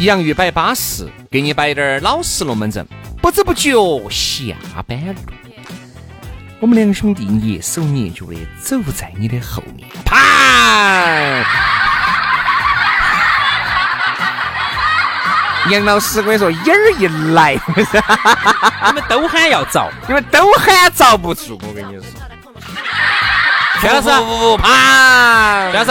洋芋摆巴适，给你摆点儿老实龙门阵。不知不觉下班路，我们两兄弟蹑手蹑脚的走在你的后面，啪！ 杨老师，我跟你说，眼儿一 来，你们都喊要遭，你们都喊遭不住。我跟你说，薛老师，不不啪！薛老师，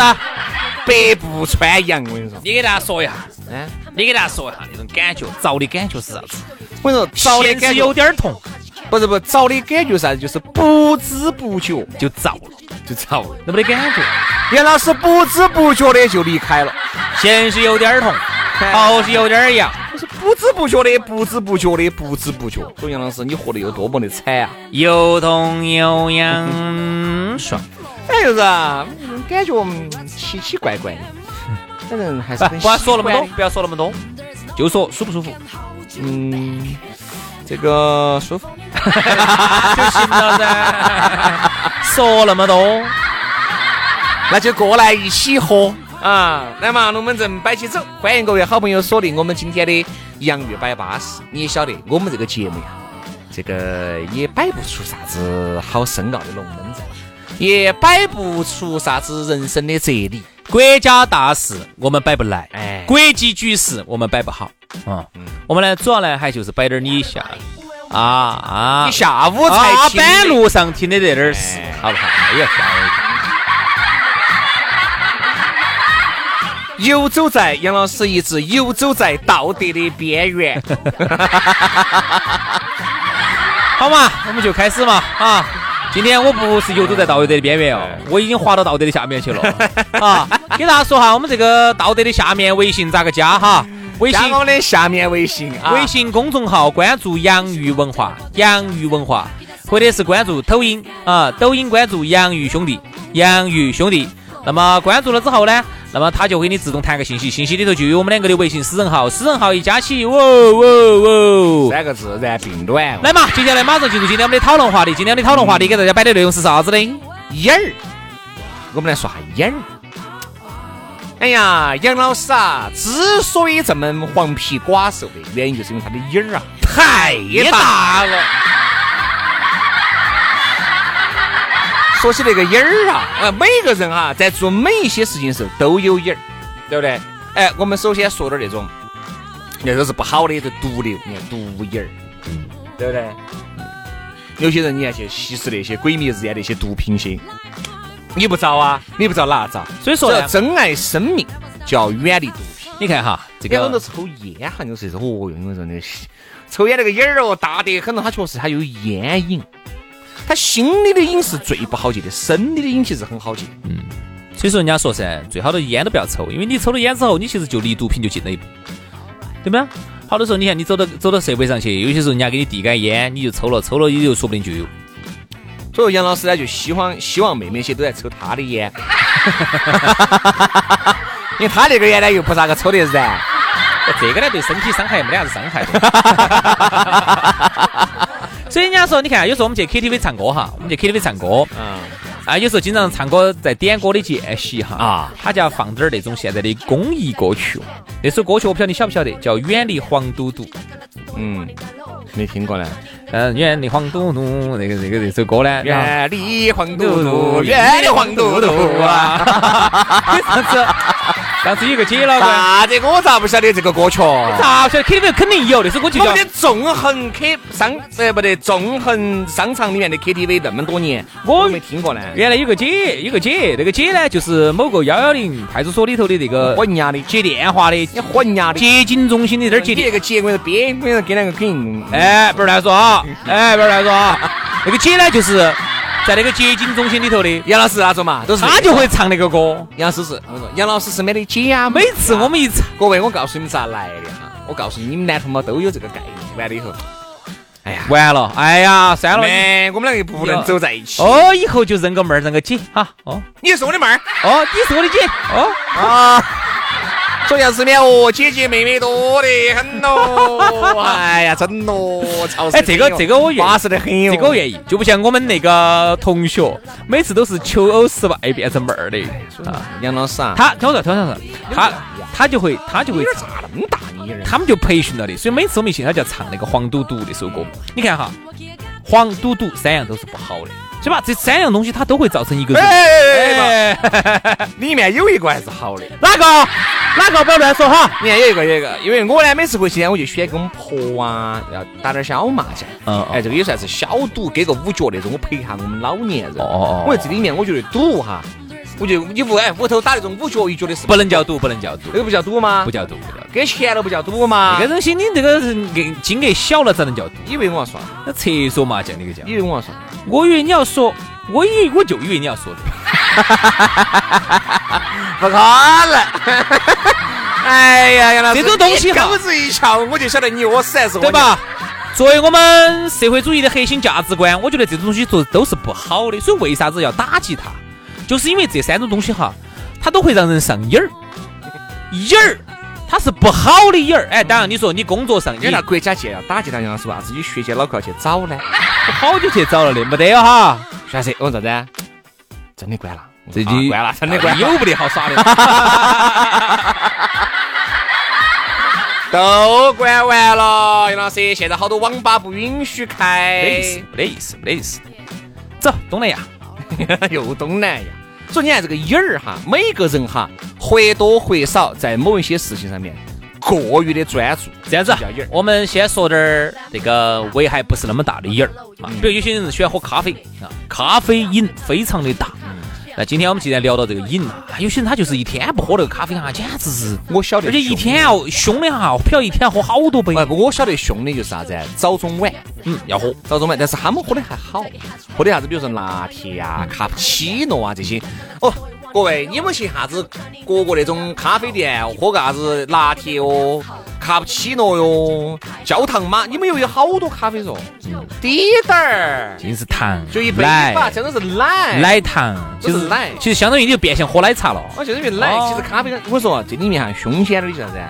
百步穿杨，我跟你说，你给大家说一下，哎。你给大家说一下那种感觉，着的感觉是啥子？我跟你说，遭的先感是觉有点儿痛，不是不是着的感觉啥子，就是不知不觉就着了，就着了，那没得感觉。杨老师不知不觉的就离开了，先是有点儿痛，后是有点儿痒，就是不知不觉的，不知不觉的，不知不觉。所以杨老师，你活得有多么的惨啊！又痛又痒，嗯爽。哎，就是啊，嗯感觉嗯奇奇怪 怪的，反正还是不，很不要说那么喜多欢，的不要说那么多，就说舒不舒服嗯，这个舒服。就行了 噻。说那么多 那就过来一起喝啊！来嘛，龙门阵摆起走，欢迎各位好朋友锁定我们今天的洋芋摆巴士。你也晓得，我们这个节目呀，这个也摆不出啥子好深奥的龙门阵，也摆不出啥子人生的哲理。国家大事我们摆不来，哎国际局势我们摆不好，嗯，我们呢主要呢还就是摆点儿你下啊啊，你下午才啊，听的板路上听的这点儿事，好不好？哎呀，游走在杨老师一直游走在道德的边 缘。好嘛，我们就开始嘛啊！今天我不是游走在道德的边缘哦，我已经滑到道德的下面 去了啊！给大家说哈，我们这个道德的下面微信咋个加哈？微信加我的下面微信啊，微信公众号关注“洋芋文化”，洋芋文化，或者是关注抖音啊，抖音关注“洋芋兄弟”，洋芋兄弟。那么关注了之后呢，那么他就会给你自动弹个信息，信息里头就有我们两个的微信私人号，私人号一加起，哦哇哇哇！三个字，然并卵。来嘛，接下来马上进入今天我们的讨论话题。今天我们的讨论话题给大家摆的内容是啥子呢？烟儿，我们来说下烟儿。哎呀，杨老师啊，之所以这么黄皮瓜瘦的原因，就是因为他的烟儿啊太大了。说起那个烟儿啊，呃，每个人哈、在做每一些事情的时候都有烟儿，对不对？哎，我们首先说点那种，那都是不好的，就毒瘤，你看毒烟儿，对不对？有些人你看去吸食那些鬼迷日眼那些毒品些，你不遭啊，你不遭哪遭？所以只说要呢，珍爱生命，就要远离毒品。你看哈，这这个人都个抽烟哈，有时候哦哟，有人那抽烟那个烟儿哦，大得很。他确实他有烟瘾，他心理的瘾是最不好戒的，生理的瘾其实很好戒。所以说人家说噻，最好的烟都不要抽，因为你抽了烟之后，你其实就离毒品就近了一步，对不对？好多时候你看你走到走到社会上去，有些时候人家给你递杆烟，你就抽了，抽了你就说不定就有。所以杨老师呢，就希望希望妹妹些都在抽他的烟， 因为他那个烟呢又不咋个抽的燃。 这个呢对身体伤害没得啥子伤害 的。所以人家说，你看，有时候我们去 KTV 唱歌哈，我们去 KTV 唱歌，嗯，啊，有时候经常唱歌，在点歌的间隙哈，啊，他就要放点儿那种现在的公益歌曲。那首歌曲我不晓得你晓不晓得，叫《远离黄赌毒》。嗯，没听过呢。嗯，远离黄赌毒，那个那个那首歌呢，然后远啊离黄嘟嘟，远离黄嘟嘟啊！ 你上次上次有个姐老倌，啥子？我咋不晓得啊这个歌曲？啊我咋不晓得 KTV 肯定有，那首歌就叫们的纵横 K 商，呃，不对，纵横商场里面的 KTV 那么多年，我我没听过呢。原来有个姐，有个姐，那个姐呢，就是某个幺幺零派出所里头的那个火人家的，接电话的，你火人家的，接警中心的那儿接你那电。个接我是边，我跟那个肯哎，不是乱说啊！哎，不是乱说啊！那个姐呢，就是在那个接警中心里头的，杨老师那种嘛，都是她就会唱那个歌。杨老师是，我说杨老师是没得姐啊。每次我们一唱，各位，我告诉你们咋来的哈，我告诉你，你们男同胞都有这个概念。完了以后，完了，哎呀，删了。没，我们两个不能走在一起。哦，以后就认个妹儿，认个姐哈。哦你是我的妹儿哦，你是我的姐哦。啊！说杨思面哦，姐姐妹妹多得很哦。哎呀，真哦，操死哎你这个哦这个我愿意巴适得很哦。这个我愿意，就不像我们那个同学，每次都是求偶失败变成妹儿的啊。杨老师啊，他听我说，听我说，他他就会他就会有点唱，咋那么大你人？他们就培训了的，所以每次我们一去，他就要唱那个黄赌毒那首歌。你看哈，黄赌毒三样都是不好的，对吧？这三样东西它都会造成一个人。哎，哎，里面有一个还是好的。 哪个哪个不要乱说哈。你看有一个有一个，因为我呢每次回去呢，我就喜欢跟我们婆啊，要打点小麻将。嗯哎，这个也算是小赌，给个五角那种，我陪下我们老年人。哦哦哦我在这里面，我觉得赌哈，我就你不哎屋头打那种五角一角的 是不能叫赌，不能叫赌那，个不叫赌吗？不，叫赌，不叫赌。给钱了不叫赌吗？这个东西你这个人给金额小了才能叫赌，以为我要耍，那厕所麻将那个叫以。为我要耍，我以为你要说，我以为我就以为你要说，不可 能。哎呀，杨老师，这种东西你哈钩子一翘，我就晓得你我死还是我对？吧？作为我们社会主义的核心价值观，我觉得这种东西都都是不好的，所以为啥子要打击它？就是因为这三种东西哈，它都会让人上瘾儿，瘾儿，它是不好的瘾儿。哎，当然你说你工作上你瘾看，那国家啊既然要打击他，杨老师为啥子你学姐脑壳要去找 呢？不好久去找了的，没得了哈，啥子？我说啥子？真的关了，这啊就关了，真的关了。有不得好耍的。 都关完了，杨老师，现在好多网吧不允许开，没得意思，没得意思，没得意思。走，东南亚， 又哎东南亚。所以你看这个瘾儿哈，每个人哈或多或少在某一些事情上面过于的专注。这样子叫瘾儿，我们先说点儿这个危害不是那么大的瘾儿嗯啊，比如有些人喜欢喝咖啡啊，咖啡瘾非常的大。嗯那今天我们既然聊到这个瘾啊，有些人他就是一天不喝这个咖啡啊，简直是，我晓得，而且一天哦，凶的哈，飘一天要喝好多杯哎，不，我晓得凶的就是啥子，早中晚，嗯，要喝。早中晚。但是他们喝的还好，喝的啥子，比如说拿铁呀、卡布奇诺啊这些。哦，各位，你们去啥子各个那种咖啡店喝个啥子拿铁哦、卡布奇诺哟、焦糖玛，你们有有好多咖啡嗦，滴点儿，尽是糖，就一杯吧，奶，真的是奶。奶糖，这就是是奶其实相当于你就变相喝奶茶了。我觉得因为奶，哦其实咖啡，我跟你说这里面哈凶险的就是啥子啊？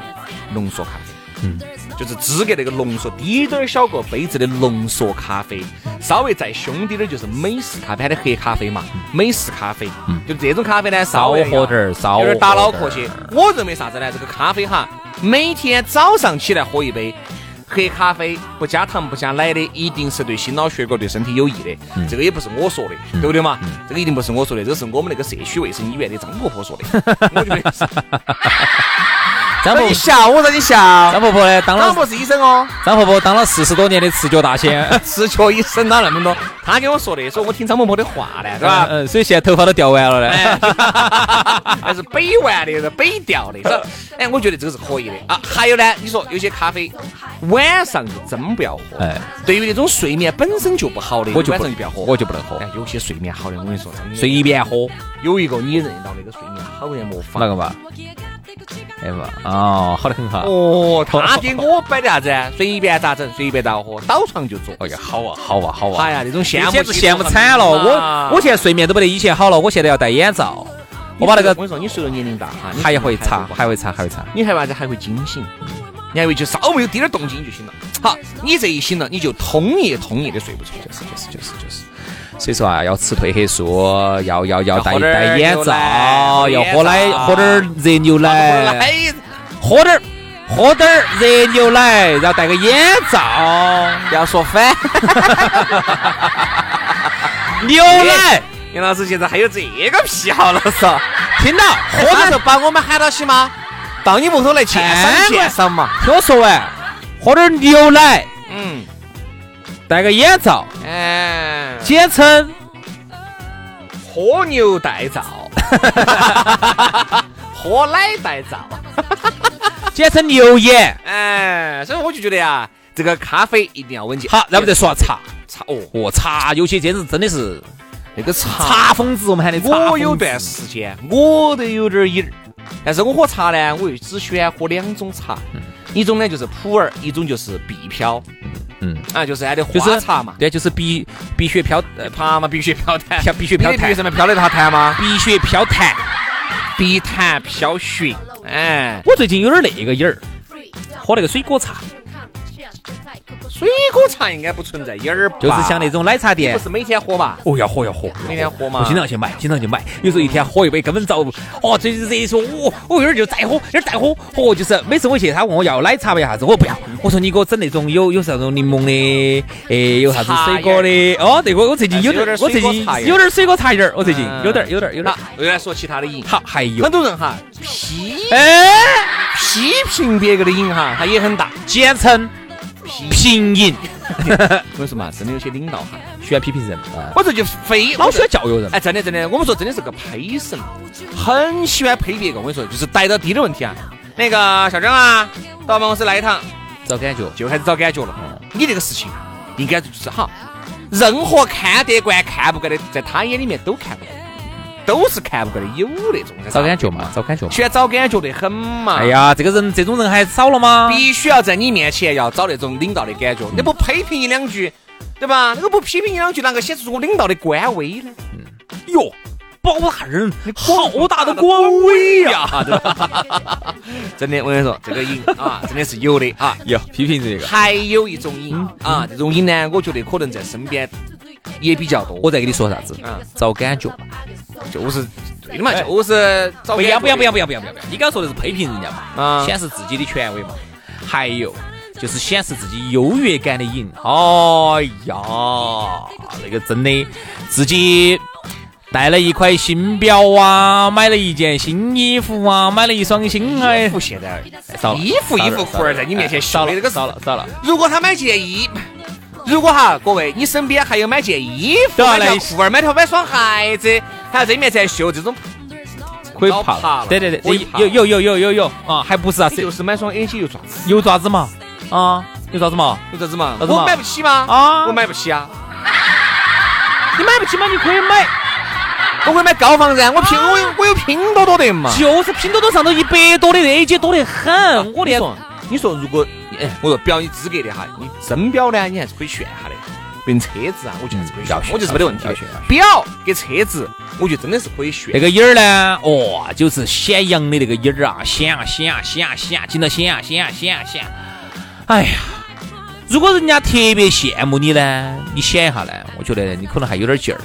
浓缩咖啡，嗯就是只给那个浓缩滴点儿小个杯子的浓缩咖啡，稍微再凶滴点儿就是美式咖啡，它的黑咖啡嘛，嗯美式咖啡，就这种咖啡呢，稍少微喝点儿，少有喝点打脑壳点去儿。我认为啥子呢？这个咖啡哈，每天早上起来喝一杯。黑咖啡不加糖不加奶的，一定是对心脑血管、对身体有益的。嗯这个也不是我说的，对不对嘛？这个一定不是我说的，这是我们那个社区卫生医院的张婆婆说的。 我觉得是，张婆你笑我让你笑。张婆婆呢，当张了婆是医生哦，张婆婆当了四十多年的持久大仙。视觉医生哪那么多？他跟我说的，说我听张婆婆的话呢，是吧？哎嗯，所以现在头发都掉完了嘞。 还哎是北完的，是北调的，是吧？哎，我觉得这个是可以的啊。还有呢，你说有些咖啡晚上就真不要喝，哎对于那种睡眠本身就不好的，我就晚不上就不要喝。我就不能喝哎，，有些睡眠好的，我跟你说，真的随便喝。有一个你认到那个睡眠好的没法。哪个嘛？哎嘛，哦，好的很哈。哦，他给我摆的啥子啊？随便咋整，随便咋喝，倒床就坐。哎呀，好啊，好啊，好啊！哎呀，那种羡羡慕慕羡慕惨了。我我现在睡眠都不得以前好了，我现在要戴眼罩，我把那我个跟啊你说，你随着年龄大哈，你还会擦，不好还会擦，还会擦。你还为啥子还会惊醒？你还会就稍微有滴点儿动静就醒了。好，你这一醒了，你就通夜通夜的睡不着。就是就是就是就是。所以说啊，要吃褪黑素，要要要戴要喝点儿戴眼牛罩奶，要喝奶眼，罩喝点儿热牛奶，哎，喝点儿喝点儿热牛奶，然后戴个眼罩，不要说 反。牛奶。杨老师现在还有这个癖好了嗦？听到？或喝者点是把我们喊到起吗？到你屋头来鉴哎赏鉴赏嘛。听我说完，喝点牛奶，嗯，戴个眼罩，哎，简称喝牛带灶，喝奶带灶。简称牛眼。哎，所以我就觉得呀、这个咖啡一定要稳健。好，那我们再说下茶。茶哦，哦，茶有些简直真的是那个茶，茶疯子，我们喊的茶疯子。我有段时间我都有点瘾儿，但是我喝茶呢，我又只喜欢喝两种茶，一种呢就是普洱，一种就是碧飘。嗯，啊，就是俺的就是花茶嘛，对，就是碧碧血飘呃爬嘛必须飘弹，飘碧血飘你的弹绿，上面飘得到弹吗？碧血飘弹。碧潭飘雪，哎，我最近有点那个瘾儿，喝那个水果茶，水果茶应该不存在一儿吧，就是像那种奶茶不店。是每天喝吧？哦，要喝要喝，每天喝嘛我经常去买，经常去买，有时候一天喝一杯根本遭不。哦，最近这一说，我我一会儿就再喝，一会儿再喝，哦，就是每次我去，他问我要奶茶杯啥子，我不要。我说你给我整那种有有啥种柠檬的，诶，有啥子水果的。哦，对，我我最近有点还，是我有点最水果近茶瘾有点水果茶瘾儿，我最近嗯有点有点有点那。又来说其他的瘾，好，还有很，多人哈批哎，批评别个的瘾哈，他也很大，简称平饮，我跟你说啊嘛，真的有些领导哈，喜欢批评人啊，我这就非老喜欢教育人。哎，真的真的，我们说真的是个胚神，啊很喜欢呸别个。我跟你说，就是逮到低的问题啊，那个小张啊，到办公室来一趟，找感觉。嗯就开始找感觉了。你这个事情啊应该就是哈，任何看得惯、看不惯的，在他眼里面都看不惯，都是看不惯的，有那种找感觉嘛，，找感觉嘛。喜欢找感觉的很嘛。哎，呀，这个人这种人还少了吗？必须要在你面前要找那种领导的感觉，你嗯不批评一两句，对吧？那个不批评一两句，啷个显示出我领导的官威呢？哟，包大人，好大的官官威呀！呀，对吧？真的，我跟你说，这个瘾啊，真的是有的啊。哟，哎批评这个。 还有一种瘾嗯啊，这种瘾呢，我觉得可能在身边也比较多，我再跟你说啥子嗯？找感觉。就是对的嘛，就是找哎不要不要不要不要要不要不要！你刚刚说的是批评人家嘛，啊！显示自己的权威嘛。还有就是显示自己优越感的瘾。哎呀，那个真的，自己戴了一块新表啊，买了一件新衣服啊，买了一双新衣哎服，现在少了衣服衣服裤儿在你面前少秀了的这个少了少了。如果他买件衣，如果哈各位，你身边还有买件衣服、对啊买条来裤儿、买条买双鞋子，还要在你面前秀这种，可以老爬怕了对对哎可对以，爬有有有有有有啊，还不是啊，你是就是买双 A 鞋又爪子，有爪子嘛？啊，有爪子嘛？有啥子嘛？啥子嘛我买不起吗？啊我买不起啊！你买不起嘛？你可以买，我会买高仿噻，我拼我有我有拼多多的嘛。就是拼多多上头一百多的那一节多得很，我你连说，你说如果，哎，我说表你资格的哈，你真表呢，你还是可以炫一下的。跟车子啊，我觉得还是可以炫嗯要，炫我就是没得问题要的炫要。表跟车子，我觉得真的是可以炫那。个音儿呢，哦，就是显阳的那个音儿啊，显啊显啊显啊显啊，紧到显啊显啊显啊显啊。哎呀，如果人家特别羡慕你呢，你显一下呢，我觉得你可能还有点劲儿。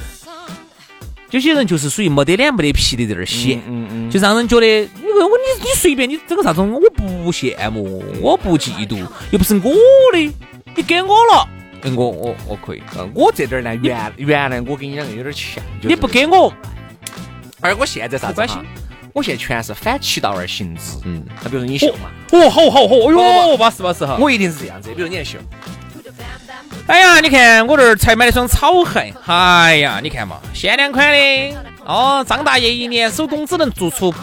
有些人就是属于没得脸没得皮的在那儿显。嗯嗯，就让人觉得你问我你你随便你整个啥子，我不羡慕，我不嫉妒，又不是我的，你给我了，哎我我我可以，呃我这点儿呢，原原来我跟你两个有点像，就是你不，给我，而我现在啥子不关哈心？我现在全是反其道而行之。嗯，那比如说你秀嘛，哦，好好好，哎不呦，巴适巴适哈。我一定是这样子。比如你来秀，哎呀，你看我这儿才买了双草鞋，哎呀，你看嘛，限量款的，哦，张大爷一年手工只能做出，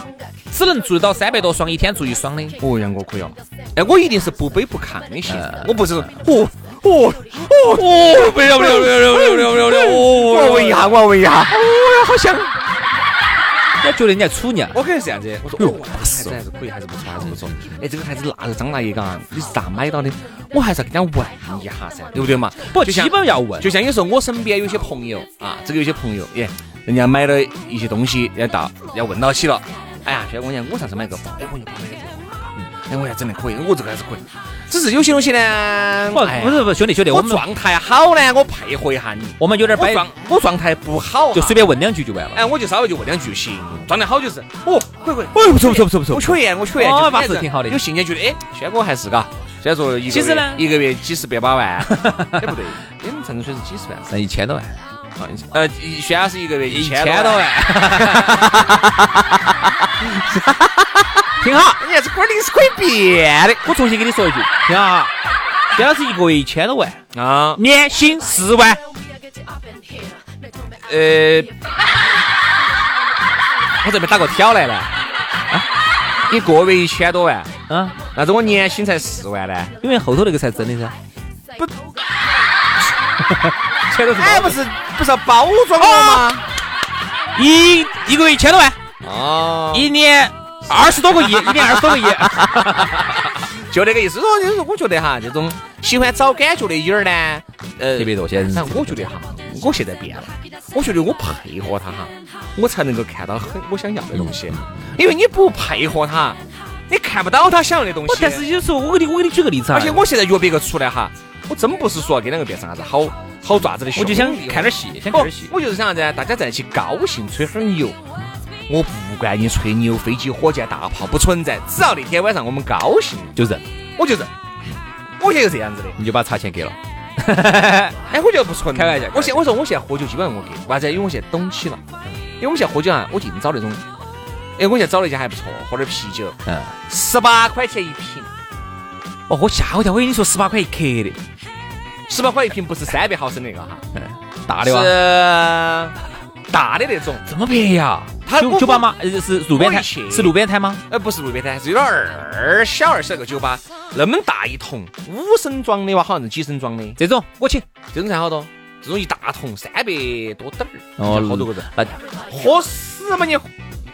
只能做到三百多双，一天做一双的。哦，杨哥可以哦。哎，我一定是不卑不亢的性格，我不是哦。哦哦哦，不要不要不要不要不要不要不要！我要问一下，我要问一下。人家觉得人家处人家。我肯定是这样子，我说哦，还是还是可以，还是不错，还是不错。嗯哎，这个还是那个张大爷嘎，你是咋买到的？我还是要跟人家问一下噻，对不对嘛？不，就像基本要问，就像有时候我身边有些朋友啊，这个有些朋友耶，人家买了一些东西，人家到要问到起了，哎呀，轩哥，你看我上次买个包，哎，我就买了这个包，嗯哎，我还真的可以，我这个还是可以，只是有些东西呢，不哎呀不是不是兄弟兄弟，我我们状态好呢，我配合一下你，我们有点我摆，状我状态不好哈就随。便问两句就完了。哎，我就稍微就问两句就行，状态好就是，哦，可以可以，哎不错不错不错不错我缺盐，我缺盐，哦就是巴这样适子挺好的有信念觉得，哎，轩哥还是嘎，虽然说一个其实月呢 一个月几十百把万，哎不对，你们长春水是几十万，那一千多万，啊，呃，一轩老师一个月一千千多万，万，挺好。你看这龟儿零是可以变的我重新给你说一句，听好哈，薛老师一个月一千多万，啊，年薪四万，呃，我这边打个挑来了，啊一个月一千多万，啊，那这我年薪才四万呢，因为后头那个才真的噻。钱都是哎，不是不是要包装我吗？一一个月一千多万，哦，一年二十 多个亿，一年二十多个亿。就那个意思。所以说，我觉得哈，这种喜欢找感觉的影儿呢，呃，特别多现在人但我觉得哈，我现在变了，我觉得我配合他哈，我才能够看到很我想要的东西。嗯因为你不配合他，你看不到他想要的东我西。但是有时候我给你我给你举个例子啊，而且我现在约别个出来哈，我真不是说给两个变成啥子好好爪子的我兄就弟，想看点戏，想看不点戏，。我就是想啥子啊，大家在一起高兴，吹会儿牛。我不管你吹牛，飞机、火箭、大炮不存在，只要那天晚上我们高兴，就认，我就认。我现在就这样子的，你就把茶钱给了。哎，我觉得不存在。开玩笑嗯我现我说我现在喝酒基本上我给，为啥子？因为我现在懂起了，因为我们现在喝酒啊，我净找那种，哎，我现在找了一家还不错，喝点啤酒，嗯，十八块钱一瓶，哦，我吓我一跳，我跟你说十八块一克的，十八块一瓶不是三百毫升那个哈，嗯啊大的哇，是大的那种，这么便宜啊？他酒我酒吧吗？呃，是路边我摊？以前是路边摊吗？呃，不是路边摊，是有点儿小二小个酒吧，那么大一桶，五升装的哇，好像是几升装的，这种我请。这种才好多，这种一大桶三百多点儿，哦好多个人，那喝死嘛你！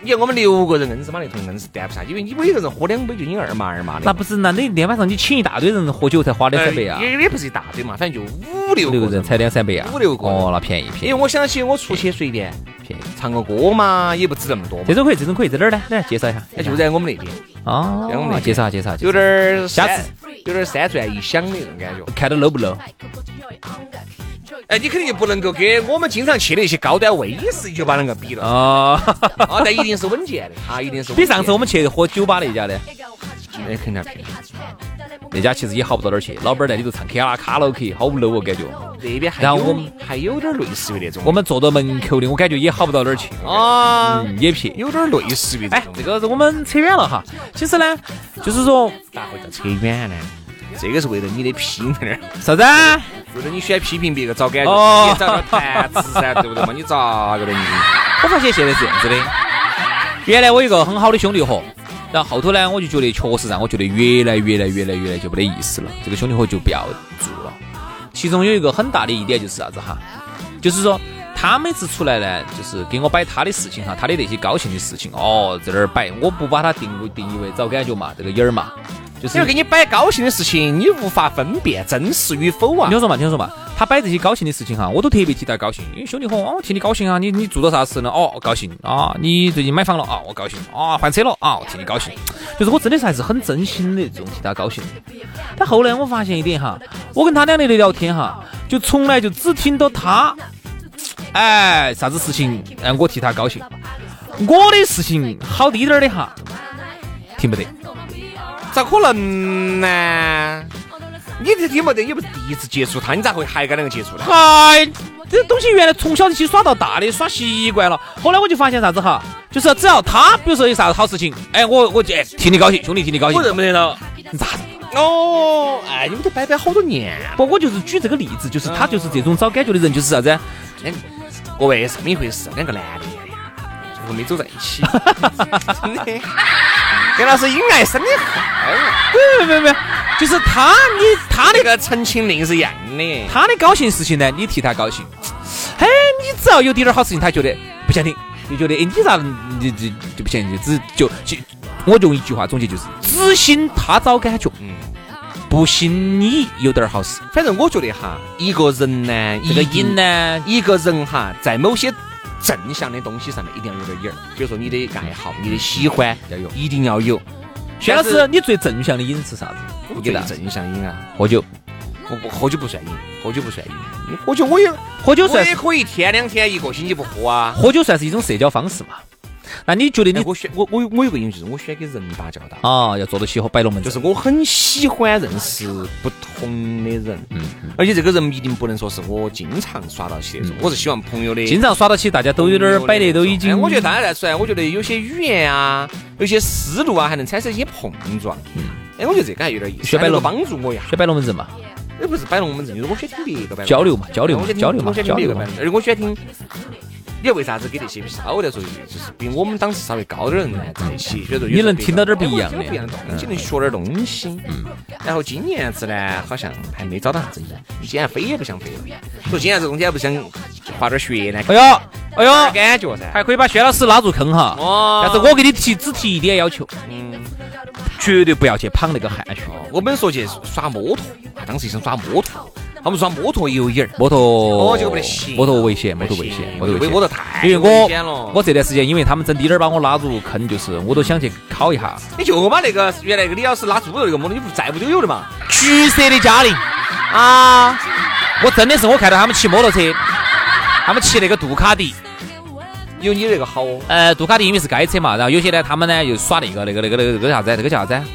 你看我们六个人，硬是把那桶硬是端不下，因为你每个人喝两杯就已经二麻二麻的，那不是？那你那天晚上你请一大堆人喝酒才花两三百啊呃？也也不是一大堆嘛，反正就五六六个个人才两三百啊？五六个人哦，那便宜因便为宜我想起我出去随便便宜。唱个歌嘛，也不止那么多嘛哎这，种可以，这种可以，在哪儿呢？来介绍一下。那就在我们那边，在我们那哦，边介绍一下介绍一下。有点儿下三次有点儿三转一响的那种感觉。看到 low 不 low？哎，你肯定就不能够跟我们经常去的一些高端威士忌酒吧啷个比了哦，啊！但一定是稳健的啊，一定是比上次我们去喝酒吧那家的，那肯定要便宜。那家其实也好不到哪儿去，老板在里头唱卡拉卡拉 OK，好 low 哦，感觉。那边还然后有我们还有点类似于那种我们坐到门口的，我感觉也好不到哪儿去，啊，嗯，也撇。有点类似于这哎种，。这个是我们扯远了哈。其实呢，就是说咋会叫扯远呢？这个是为了你的批评在那儿，啥子啊？为了你喜欢批评别个找感觉，哦你也找点谈资噻，对不对嘛？你咋个的你？我发现现在是这样子的。原来我有一个很好的兄弟伙，然后后头呢，我就觉得确实让我觉得越来越来越来越来就没得意思了，这个兄弟伙就不要做了。其中有一个很大的一点就是啥子哈，就是说他每次出来呢，就是给我摆他的事情哈，他的那些高兴的事情哦，在那儿摆，我不把他定位定义为找感觉嘛，这个眼儿嘛，就是因为给你摆高兴的事情，你无法分辨真实与否你啊听！我说嘛，听我说嘛，他摆这些高兴的事情哈，我都特别替他高兴。因为兄弟伙，哦，我替你高兴啊，你你做到啥事呢？哦，高兴啊，你最近买房了啊，我高兴啊，换车了啊，我替你高兴。就是我真的是还是很真心的这种替他高兴。但后来我发现一点哈，我跟他两个人的聊天哈，就从来就只听到他，哎，啥子事情让我替他高兴，我的事情好滴点儿的哈，听不得。咋可能呢？你这听不得，你不是第一次接触他，你咋会还跟两个接触呢？嗨，这东西原来从小一起耍到大的，耍习惯了。后来我就发现啥子哈，就是只要他比如说有啥好事情，哎，我我就哎替你高兴，兄弟替你高兴。认啊不得到？你咋子？哦，哎，你们都摆摆好多年了。不，我就是举这个例子，就是他就是这种找感觉的人，就是啥子？哎，各位是这么一回事，两个男的，最后没走在一起， 真的。跟老师因爱生的恨，没有没有没有，就是他你他他的那个陈情令是一样的。他的高兴事情呢，你替他高兴。哎，你只要有点点好事情，他觉得不想听，就觉得哎你咋你这就不行，就只就就我用一句话总结就是：只信他找感觉，嗯，不信你有点好事。反正我觉得哈，一个人呢，这个一定瘾，呢，一个人哈，在某些正向的东西上面一定要有点影儿，比如说你的爱好、你的喜欢要有，一定要有。薛老但师，你最正向的瘾是啥子？我你觉给得大正向瘾啊，喝酒，我不喝酒不算瘾，喝酒不算瘾，喝酒我也喝酒我算也可以一天两天一个星期不喝啊。喝酒算是一种社交方式嘛？那你觉得哎你我选我我我有个影就是我选给人打交道，啊要做到喜欢摆龙门就阵？是我很喜欢认识不同的人，嗯而且这个人一定不能说是我经常耍到起那种，我是希望朋友的嗯经常耍到起，大家都有点儿摆的都已哎经，我觉得大家来说，我觉得有些语言啊，有些思路啊，还能产生一些碰撞。哎，我觉得这个还有点意思，嗯学摆还能够龙帮助我一下。选摆龙门阵嘛，哎，不是摆龙门阵，就是我喜欢听别个摆龙门阵。交流嘛，交流我嘛喜，欢听交流嘛，我喜交欢听别流个摆嘛龙门。阵，而我喜欢听。你为啥子给那些稍来说，就是比我们档次稍微高点儿的人呢在一起？所以说有时你候能别个听到点儿哎不一我样听到的不一样的东西，能学点儿东西。嗯。然后今年子呢，好像还没找到啥子人，今年飞也不想飞了。说今年这冬天还不想滑点儿雪呢？哎呦，哎有点呦，感觉噻。还可以把薛老师拉入坑哈。哦但是我给你提只提一点要求，嗯。哦绝对不要去捧那个汉逊。我们说去耍摩托，当时想耍摩托，他们耍摩托有瘾儿，摩托哦，这个不得行，摩托危险，摩托危不险得，行摩托危险，摩托太因为危险我了我这段时间，因为他们真滴点儿把我拉入坑，就是我都想去考一下。你就把那个原来那个李老师拉猪头那个摩托，你不在乎就有的嘛？橘色的嘉陵啊，我真的是我看到他们骑摩托车，他们骑那个杜卡迪，有你那个好哦，呃，杜卡迪因为是街车嘛，然后有些呢，他们呢又耍那个那个那个那个那个啥子，那个叫啥子？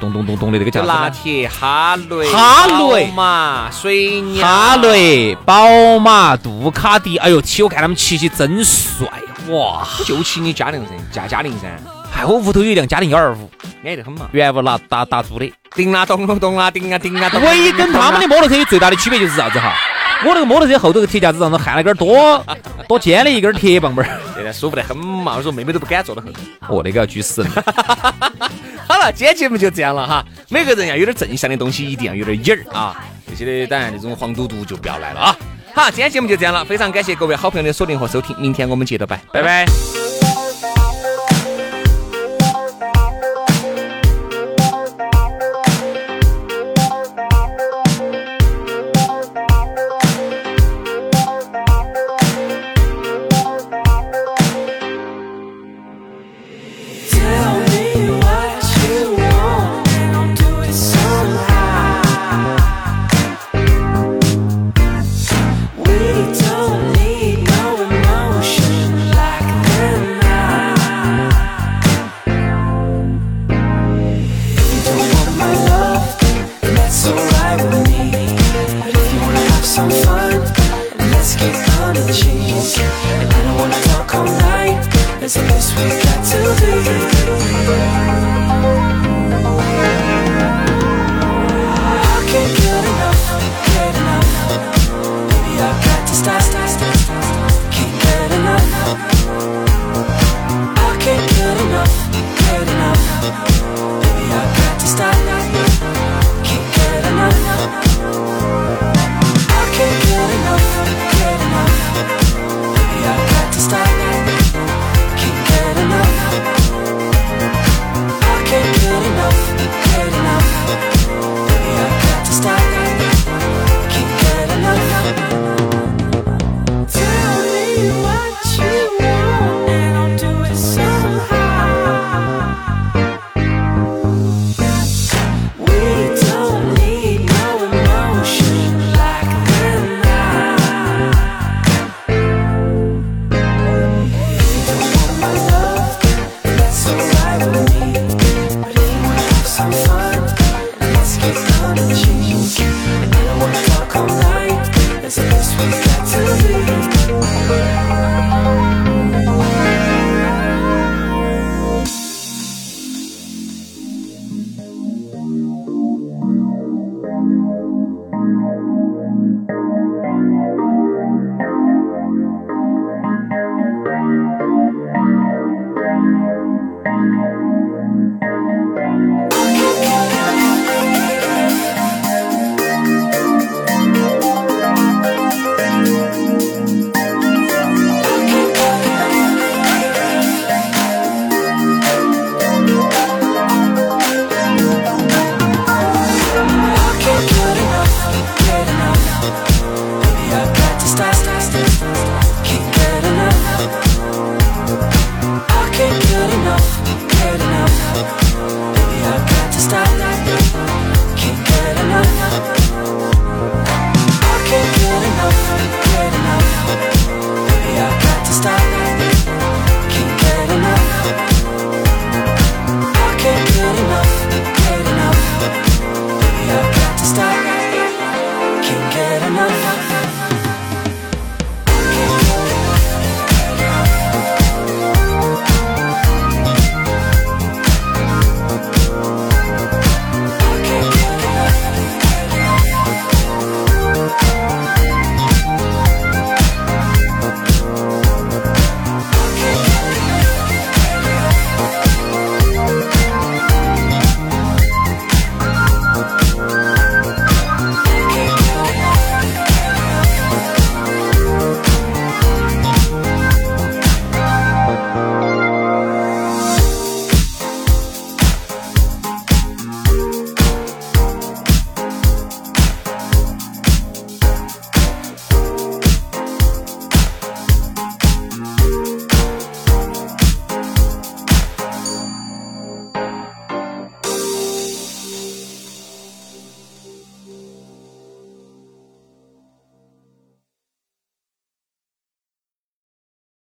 咚咚咚咚的那个叫就啥拿子？铁、哈雷、哈雷嘛、水鸟、哈雷、宝马、杜卡迪，哎呦，骑我看他们骑起真帅啊哇！我就骑你嘉陵噻，驾嘉陵噻，哎，我屋头有一辆嘉陵幺二五，安得很嘛。原屋拿打打租的。叮啦咚咚咚啦，叮啊叮啊咚。唯一跟他 们的摩托车有最大的区别就是啥子哈？我那个摩托车后头的铁架子上头焊了根儿多多尖的一根儿铁 棒棒儿，的现在舒服得很嘛，我哎说妹妹都不敢坐得很。 哦，那个要狙死人。好了，今天节目就这样了哈。每个人要有点正向的东西，一定要有点瘾儿啊。这些的当然那种黄赌毒就不要来了啊。好，今天节目就这样了，非常感谢各位好朋友的锁定和收听，明天我们接着摆，拜拜。拜。